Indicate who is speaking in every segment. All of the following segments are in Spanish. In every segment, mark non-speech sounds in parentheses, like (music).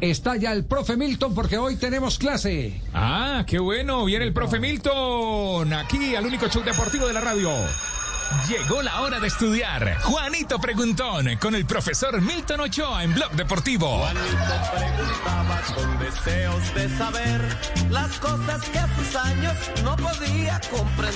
Speaker 1: está ya el profe Milton porque hoy tenemos clase.
Speaker 2: Ah, qué bueno. Viene el profe Milton aquí al único show deportivo de la radio.
Speaker 3: Llegó la hora de estudiar. Juanito Preguntón con el profesor Milton Ochoa en Blog Deportivo.
Speaker 4: Juanito preguntaba con deseos de saber las cosas que a sus años no podía comprender.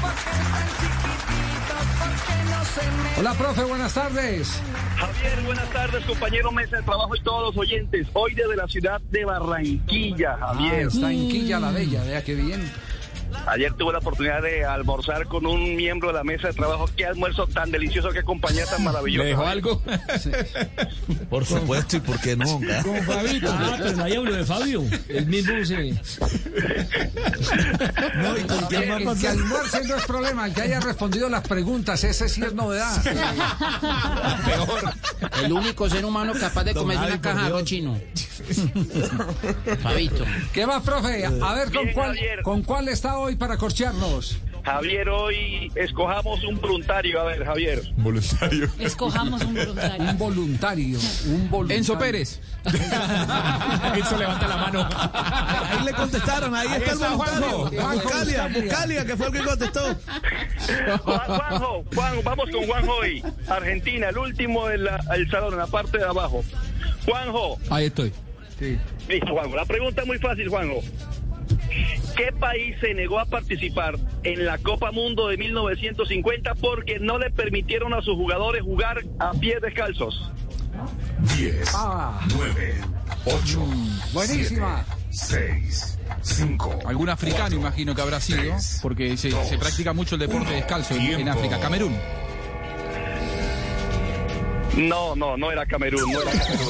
Speaker 4: ¿Por qué es tan chiquitito? ¿Por qué no se me...
Speaker 1: Hola, profe, buenas tardes.
Speaker 5: Javier, buenas tardes, compañero Mesa de Trabajo y todos los oyentes. Hoy desde la ciudad de Barranquilla, Javier.
Speaker 1: Ah, Sanquilla la Bella, vea qué bien.
Speaker 5: Ayer tuve la oportunidad de almorzar con un miembro de la mesa de trabajo. Qué almuerzo tan delicioso, qué compañía tan maravillosa.
Speaker 2: ¿Le dejó algo?
Speaker 6: Por supuesto, ¿y por qué no? hombre?
Speaker 7: Con Fabito. Ah, pero nadie habló de Fabio. El mismo se.
Speaker 6: (laughs) No, ¿y con quién va a
Speaker 1: El que
Speaker 6: pasar?
Speaker 1: almuerce no es problema, el que haya respondido las preguntas, ese sí es novedad.
Speaker 2: Peor.
Speaker 8: El único ser humano capaz de
Speaker 6: Don
Speaker 8: comerse
Speaker 6: Javi,
Speaker 8: una
Speaker 6: por
Speaker 8: caja de arroz
Speaker 6: Dios.
Speaker 8: chino. Fabito.
Speaker 1: ¿Qué más, profe? A ver, ¿con
Speaker 5: Bien,
Speaker 1: cuál,
Speaker 5: Javier.
Speaker 1: ¿con cuál está hoy para corchearnos?
Speaker 5: Javier, hoy escojamos un voluntario. A ver, Javier.
Speaker 2: (laughs) Voluntario.
Speaker 9: (laughs)
Speaker 10: Escojamos un
Speaker 1: Un
Speaker 10: voluntario.
Speaker 1: voluntario, un voluntario.
Speaker 7: Enzo Pérez.
Speaker 2: Eso levanta la mano.
Speaker 6: Ahí le contestaron, ahí,
Speaker 2: está
Speaker 6: está, el voluntario.
Speaker 2: Juanjo.
Speaker 1: Juanjo
Speaker 6: Buscalia,
Speaker 1: Buscalia.
Speaker 6: Buscalia, que fue el que contestó.
Speaker 5: Juan- Juanjo, Juan, vamos con Juanjo hoy. Argentina, el último del el salón, en la parte de abajo. Juanjo,
Speaker 7: Ahí estoy.
Speaker 5: listo, Juanjo. La pregunta es muy fácil, Juanjo. ¿Qué país se negó a participar en la Copa Mundo de 1950 porque no le permitieron a sus jugadores jugar a pies descalzos?
Speaker 11: 10,
Speaker 1: Ah.
Speaker 11: 9, 8,
Speaker 1: Mm, Buenísima.
Speaker 11: 6, 5.
Speaker 7: Algún africano imagino que habrá sido,
Speaker 11: tres,
Speaker 7: porque se,
Speaker 11: dos,
Speaker 7: se practica mucho el deporte
Speaker 11: uno,
Speaker 7: descalzo en, en
Speaker 11: tiempo.
Speaker 7: África. Camerún.
Speaker 5: No, no, no era Camerún, no era
Speaker 7: (laughs)
Speaker 5: Camerún.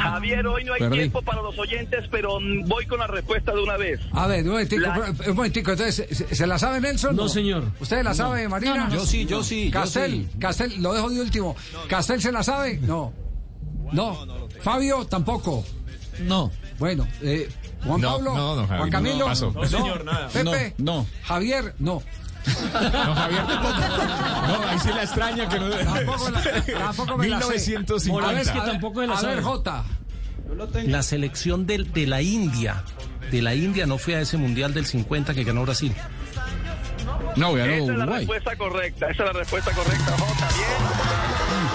Speaker 5: Javier, hoy no hay
Speaker 7: Perdí.
Speaker 5: tiempo para los oyentes, pero mm, voy con la respuesta de una vez.
Speaker 1: A ver, un momentico,
Speaker 5: La-
Speaker 1: pro- un momentico, entonces, ¿se, se la sabe Nelson?
Speaker 7: No, señor.
Speaker 1: ¿Usted la sabe, Marina?
Speaker 10: No, no, no. Yo
Speaker 6: sí, yo sí, yo
Speaker 1: Castel, Castel, lo dejo de último. ¿Castel se la sabe? No. No. Fabio tampoco.
Speaker 7: No.
Speaker 1: Bueno, eh, Juan
Speaker 2: No,
Speaker 1: Pablo,
Speaker 2: no, don Javier,
Speaker 1: Juan Camilo,
Speaker 2: no, paso. No,
Speaker 11: señor, nada.
Speaker 1: Pepe,
Speaker 7: No, no.
Speaker 1: Javier, no.
Speaker 2: No, Javier tampoco. No, ahí sí la extraña que no.
Speaker 1: Tampoco, la- tampoco me la sé.
Speaker 2: 1950.
Speaker 1: A ver,
Speaker 7: Es que
Speaker 1: a ver,
Speaker 7: tampoco la
Speaker 1: a ver,
Speaker 7: sabe.
Speaker 1: Jota.
Speaker 6: La selección de, de la India, de la India no fue a ese mundial del 50 que ganó Brasil.
Speaker 7: No, ganó
Speaker 5: Esa es la
Speaker 7: Uruguay.
Speaker 5: respuesta correcta, esa es la respuesta correcta, Jota, bien.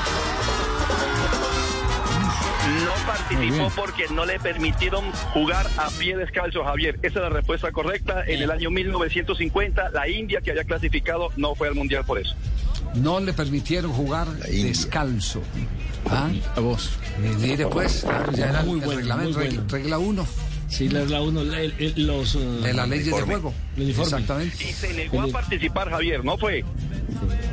Speaker 5: No
Speaker 7: Muy bien.
Speaker 5: participó porque no le permitieron jugar a pie descalzo, Javier. Esa es la respuesta correcta. En el año 1950, la India, que había clasificado, no fue al Mundial por eso.
Speaker 1: No le permitieron jugar descalzo. ¿Ah?
Speaker 7: A vos.
Speaker 1: Eh, Mire, pues, claro, ya era
Speaker 7: Muy
Speaker 1: el
Speaker 7: bueno,
Speaker 1: reglamento,
Speaker 7: muy
Speaker 1: reg-
Speaker 7: bueno.
Speaker 1: regla 1
Speaker 7: Sí, la, la uno, la- el- el- los. uh,
Speaker 9: eh,
Speaker 1: de las leyes de juego.
Speaker 7: El uniforme.
Speaker 1: Exactamente.
Speaker 5: Y se negó a
Speaker 7: Feliz.
Speaker 5: participar, Javier, ¿no fue?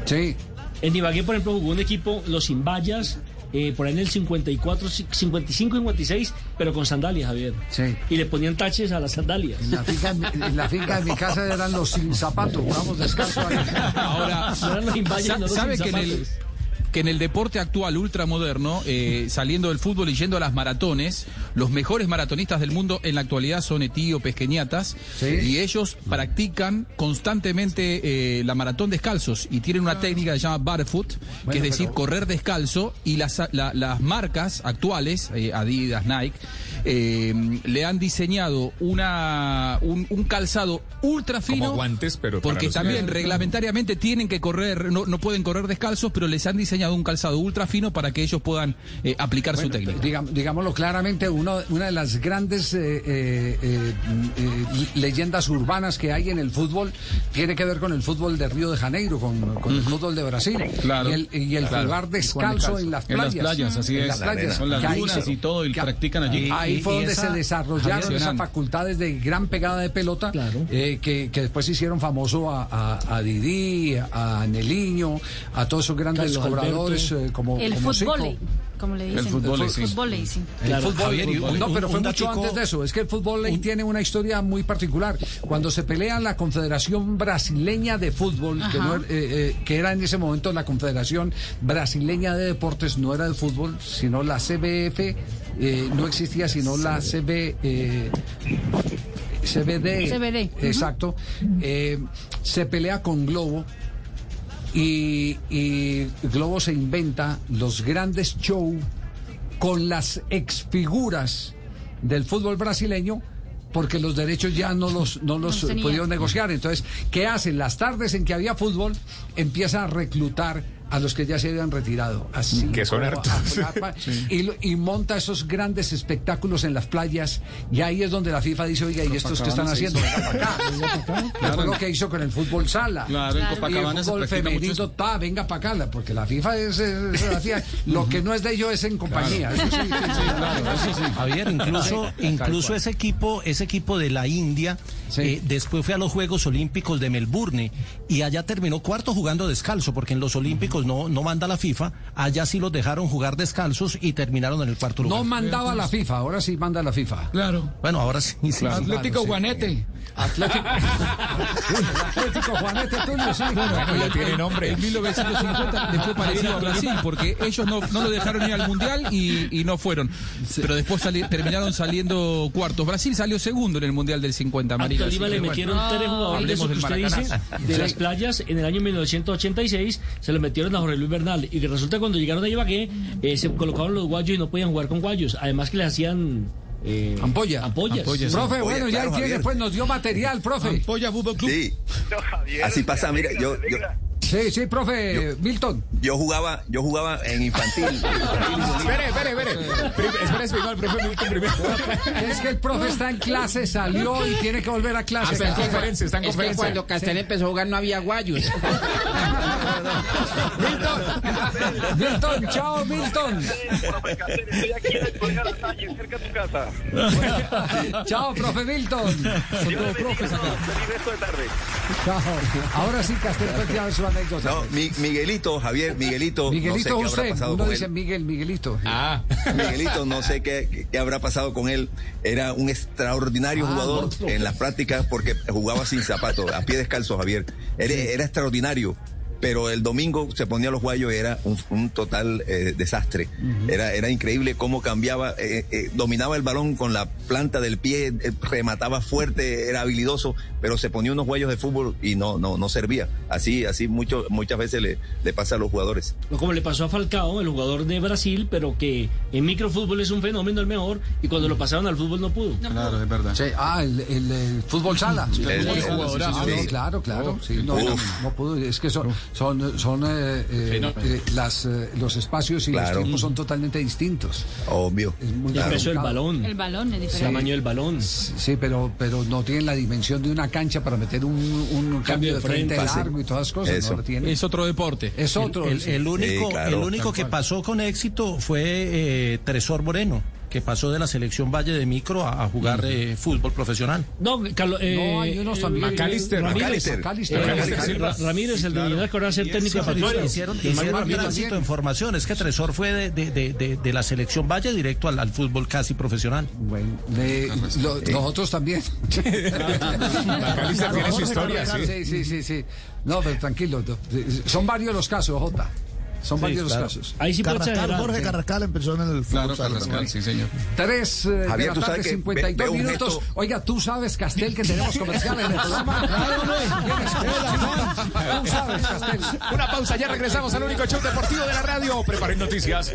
Speaker 1: Sí.
Speaker 9: En Ibagué, por ejemplo, jugó un equipo, los Imbayas, eh, por ahí en el 54, 55, 56, pero con sandalias, Javier.
Speaker 1: Sí.
Speaker 9: Y le ponían taches a las sandalias.
Speaker 1: En la, finca, en la finca de mi casa eran los sin zapatos, jugamos descalzo. ahí.
Speaker 7: Ahora,
Speaker 9: (laughs) No eran los Imbayas,
Speaker 7: sa-
Speaker 9: no los
Speaker 7: ¿sabe
Speaker 9: sin
Speaker 7: que en, el,
Speaker 9: zapatos.
Speaker 7: que en el deporte actual ultramoderno, eh, saliendo del fútbol y yendo a las maratones, los mejores maratonistas del mundo en la actualidad son etíopes, keniatas,
Speaker 1: Sí.
Speaker 7: y ellos practican constantemente eh, la maratón descalzos y tienen una técnica que se llama barefoot, que es decir, correr descalzo, y las, la- las marcas actuales, eh, Adidas, Nike, eh, le han diseñado una, un, un calzado ultra fino.
Speaker 2: guantes, pero para
Speaker 7: Porque
Speaker 2: los
Speaker 7: también
Speaker 2: pies.
Speaker 7: reglamentariamente tienen que correr, no, no pueden correr descalzos, pero les han diseñado un calzado ultra fino para que ellos puedan eh, aplicar su técnica.
Speaker 1: Digam- digámoslo claramente, uno- una de las grandes eh, eh, eh, mm, eh, leyendas urbanas que hay en el fútbol tiene que ver con el fútbol de Río de Janeiro, con, con el fútbol de Brasil.
Speaker 7: Claro,
Speaker 1: y el, y el
Speaker 7: claro.
Speaker 1: jugar descalzo en las
Speaker 2: En
Speaker 1: playas.
Speaker 2: las playas, así
Speaker 1: En
Speaker 2: es.
Speaker 1: las
Speaker 2: La
Speaker 1: playas.
Speaker 2: arena. Son las
Speaker 1: Que ahí
Speaker 2: dunas
Speaker 1: se-
Speaker 2: y todo, y
Speaker 1: que-
Speaker 2: practican allí.
Speaker 6: Y-
Speaker 1: Ahí
Speaker 6: y-
Speaker 1: fue
Speaker 6: y
Speaker 1: donde
Speaker 6: esa-
Speaker 1: se desarrollaron esas
Speaker 7: Impresionante.
Speaker 1: facultades de gran pegada de pelota
Speaker 9: Claro.
Speaker 1: eh, que, que después hicieron famoso a, a- a Didi, a Neliño, a todos esos grandes
Speaker 9: Carlos
Speaker 1: cobradores eh, como
Speaker 10: El
Speaker 1: como Zico.
Speaker 10: fútbol, como le dicen.
Speaker 2: El fútbol, sí.
Speaker 10: fútbol, sí.
Speaker 1: El
Speaker 7: Claro,
Speaker 1: fútbol,
Speaker 7: Javier, y un-
Speaker 1: no, pero
Speaker 7: un-
Speaker 1: fue
Speaker 7: un
Speaker 1: mucho
Speaker 7: datico-
Speaker 1: antes de eso. Es que el fútbol ahí tiene una historia muy particular. Cuando se pelea la Confederación Brasileña de Fútbol, que,
Speaker 10: Ajá.
Speaker 1: no era- eh, eh, que era en ese momento la Confederación Brasileña de Deportes, no era de fútbol, sino la CBF, eh, no existía sino la eh, CB. eh, CBD.
Speaker 10: CBD, ujú.
Speaker 1: Exacto. Eh, se pelea con Globo y, y Globo se inventa los grandes show con las exfiguras del fútbol brasileño porque los derechos ya no los, no los
Speaker 12: No tenía.
Speaker 1: pudieron negociar. Entonces, ¿qué hacen? Las tardes en que había fútbol, empieza a reclutar a los que ya se habían retirado. Así
Speaker 2: Mm, Que son
Speaker 1: como a
Speaker 2: hartos. (laughs)
Speaker 1: Flapa, y, lo- y monta esos grandes espectáculos en las playas. Y ahí es donde la FIFA dice, oiga, ¿y estos qué están
Speaker 13: Copacabana se
Speaker 1: haciendo?
Speaker 13: hizo.
Speaker 1: Venga
Speaker 2: (laughs)
Speaker 1: para acá.
Speaker 13: Claro.
Speaker 1: Fue lo que hizo con el fútbol sala.
Speaker 13: Claro, en Copacabana
Speaker 1: Y el
Speaker 13: se
Speaker 1: fútbol
Speaker 13: practica mucho
Speaker 1: femenino,
Speaker 13: eso.
Speaker 1: ta, venga para acá, la- porque la FIFA es, es- es la FIFA. lo que no es de ellos es en compañía. Eso sí, sí, sí.
Speaker 6: Javier,
Speaker 1: (laughs)
Speaker 6: incluso,
Speaker 1: Tal
Speaker 6: incluso
Speaker 1: cual.
Speaker 6: ese equipo, ese equipo de la India, eh, después fue a los Juegos Olímpicos de Melbourne y allá terminó cuarto jugando descalzo, porque en los Olímpicos no, no manda la FIFA, allá sí los dejaron jugar descalzos y terminaron en el cuarto lugar.
Speaker 1: No mandaba la FIFA, ahora sí manda la FIFA.
Speaker 6: Claro. Bueno, ahora sí. sí, sí.
Speaker 1: Claro, sí. Atlético. Atlético Juanete Tulio, sí.
Speaker 7: Bueno,
Speaker 2: Ah, ya tiene nombre.
Speaker 7: En 1950 les fue parecido a Brasil, porque ellos no, no lo dejaron ir al Mundial y, y no fueron. Pero después sali- terminaron saliendo cuartos. Brasil salió segundo en el Mundial del 50,
Speaker 9: A
Speaker 7: Marina.
Speaker 9: Tolima
Speaker 7: así
Speaker 9: le
Speaker 7: que, bueno.
Speaker 9: metieron tres jugadores de
Speaker 7: Hablemos
Speaker 9: esos que
Speaker 7: del
Speaker 9: usted dice,
Speaker 7: Maracaná.
Speaker 9: de
Speaker 7: Sí.
Speaker 9: las playas, en el año 1986 se lo metieron a Jorge Luis Bernal. Y que resulta que cuando llegaron a Ibagué, eh, se colocaron los guayos y no podían jugar con guayos. Además que les hacían... eh,
Speaker 1: Ampolla.
Speaker 9: Ampollas.
Speaker 1: Profe, bueno, ya ahí
Speaker 14: claro,
Speaker 1: tiene,
Speaker 14: Javier.
Speaker 1: pues nos dio material, profe. Ampolla Fútbol Club.
Speaker 14: Sí. Así pasa, mira, yo, yo,
Speaker 1: Sí, sí, profe Milton.
Speaker 14: yo jugaba, yo jugaba en
Speaker 1: (laughs)
Speaker 14: infantil.
Speaker 2: Espere, espere, espere. Prim- Espere, espere, el profe Milton primero.
Speaker 1: (laughs) Es que el profe está en clase, salió y tiene que volver a clase.
Speaker 2: Ah, está en
Speaker 1: Castel.
Speaker 2: conferencia, está en
Speaker 8: Es que
Speaker 2: conferencia.
Speaker 8: cuando Castel empezó a jugar no había guayos.
Speaker 1: (laughs) Milton, chao, Milton.
Speaker 5: Estoy aquí en el Colegio de la Salle, cerca de tu casa.
Speaker 1: Chao, profe Milton. Son todos profes acá.
Speaker 5: Feliz resto de tarde.
Speaker 1: Chao. Ahora sí, Castel, cuéntame su anécdota.
Speaker 14: No, Mi- Miguelito, Javier, Miguelito,
Speaker 1: Miguelito
Speaker 14: no sé qué habrá
Speaker 1: usted,
Speaker 14: pasado
Speaker 1: uno
Speaker 14: con
Speaker 1: dice
Speaker 14: él.
Speaker 1: Miguel, Miguelito. Ah.
Speaker 14: Miguelito, no sé qué, qué habrá pasado con él. Era un extraordinario
Speaker 1: Ah,
Speaker 14: jugador
Speaker 1: otro.
Speaker 14: en las prácticas porque jugaba sin zapatos, a pie descalzo, Javier. Era, era extraordinario. Pero el domingo se ponía los guayos, era un, un total eh, desastre. era, era increíble cómo cambiaba, eh, eh, dominaba el balón con la planta del pie, eh, remataba fuerte, era habilidoso, pero se ponía unos guayos de fútbol y no, no, no servía. Así, así mucho, muchas veces le, le pasa a los jugadores.
Speaker 9: No como le pasó a Falcao, el jugador de Brasil, pero que en microfútbol es un fenómeno el mejor y cuando lo pasaron al fútbol no pudo.
Speaker 1: Claro, es verdad. ah, el, el- el fútbol sala.
Speaker 9: Sí, el fútbol sala,
Speaker 1: jugadorazo.
Speaker 9: sí,
Speaker 1: Ah,
Speaker 9: sí, sí.
Speaker 1: no, Claro, claro.
Speaker 9: Oh,
Speaker 1: sí, no, no,
Speaker 9: uf.
Speaker 1: no pudo. Es que son, son, son eh, eh,
Speaker 9: Sí, no.
Speaker 1: eh, las, eh, los espacios y
Speaker 14: Claro.
Speaker 1: los tiempos son totalmente distintos.
Speaker 14: Obvio.
Speaker 1: muy
Speaker 9: El peso del
Speaker 1: complicado.
Speaker 9: balón.
Speaker 10: El balón es
Speaker 1: Sí.
Speaker 10: diferente.
Speaker 9: del balón.
Speaker 1: Sí, pero, pero no tienen la dimensión de una cancha para meter un, un cambio, de frente, largo y todas las cosas.
Speaker 6: Eso.
Speaker 1: No lo tienen.
Speaker 7: Es otro deporte.
Speaker 1: Es otro.
Speaker 6: El, el único, el único que pasó con éxito fue eh, Tresor Moreno, que pasó de la selección Valle de Micro a, a jugar eh, fútbol profesional.
Speaker 9: No, Carlos,
Speaker 1: No, hay unos también.
Speaker 9: Macalister,
Speaker 1: McAllister.
Speaker 9: Ramírez,
Speaker 1: McAllister.
Speaker 9: Eh,
Speaker 1: McAllister.
Speaker 9: Ra- Ramírez, el de Unidad, que ahora va a ser técnico de Patriotas.
Speaker 6: Hicieron,
Speaker 9: El Mario
Speaker 6: hicieron
Speaker 9: Ramírez.
Speaker 6: tránsito en formación. Es que Tresor fue de, de- de- de- de la selección Valle directo al, al fútbol casi profesional.
Speaker 1: Bueno, de- lo- los otros también. (laughs)
Speaker 2: Macalister tiene su historia, sí.
Speaker 1: sí. Sí, sí, sí. No, pero tranquilo. no. Son varios los casos, Jota. Son
Speaker 6: Sí,
Speaker 1: varios
Speaker 6: claro.
Speaker 1: los casos.
Speaker 9: Ahí sí puede
Speaker 15: Carrascal,
Speaker 9: exagerar.
Speaker 15: Jorge
Speaker 9: Sí.
Speaker 15: Carrascal empezó en el fútbol.
Speaker 7: Claro,
Speaker 15: sala
Speaker 7: Carrascal,
Speaker 15: también.
Speaker 7: sí, señor.
Speaker 1: Tres eh,
Speaker 14: Javier,
Speaker 1: de
Speaker 14: tú
Speaker 1: la tarde,
Speaker 14: sabes que ve-
Speaker 1: 52
Speaker 14: veo un
Speaker 1: minutos.
Speaker 14: gesto-
Speaker 1: Oiga, tú sabes, Castel, que tenemos comerciales en el
Speaker 2: (laughs)
Speaker 1: programa. Tienes comerciales. Tú sabes, Castel.
Speaker 2: Una pausa, ya regresamos al único show deportivo de la radio. Preparen noticias.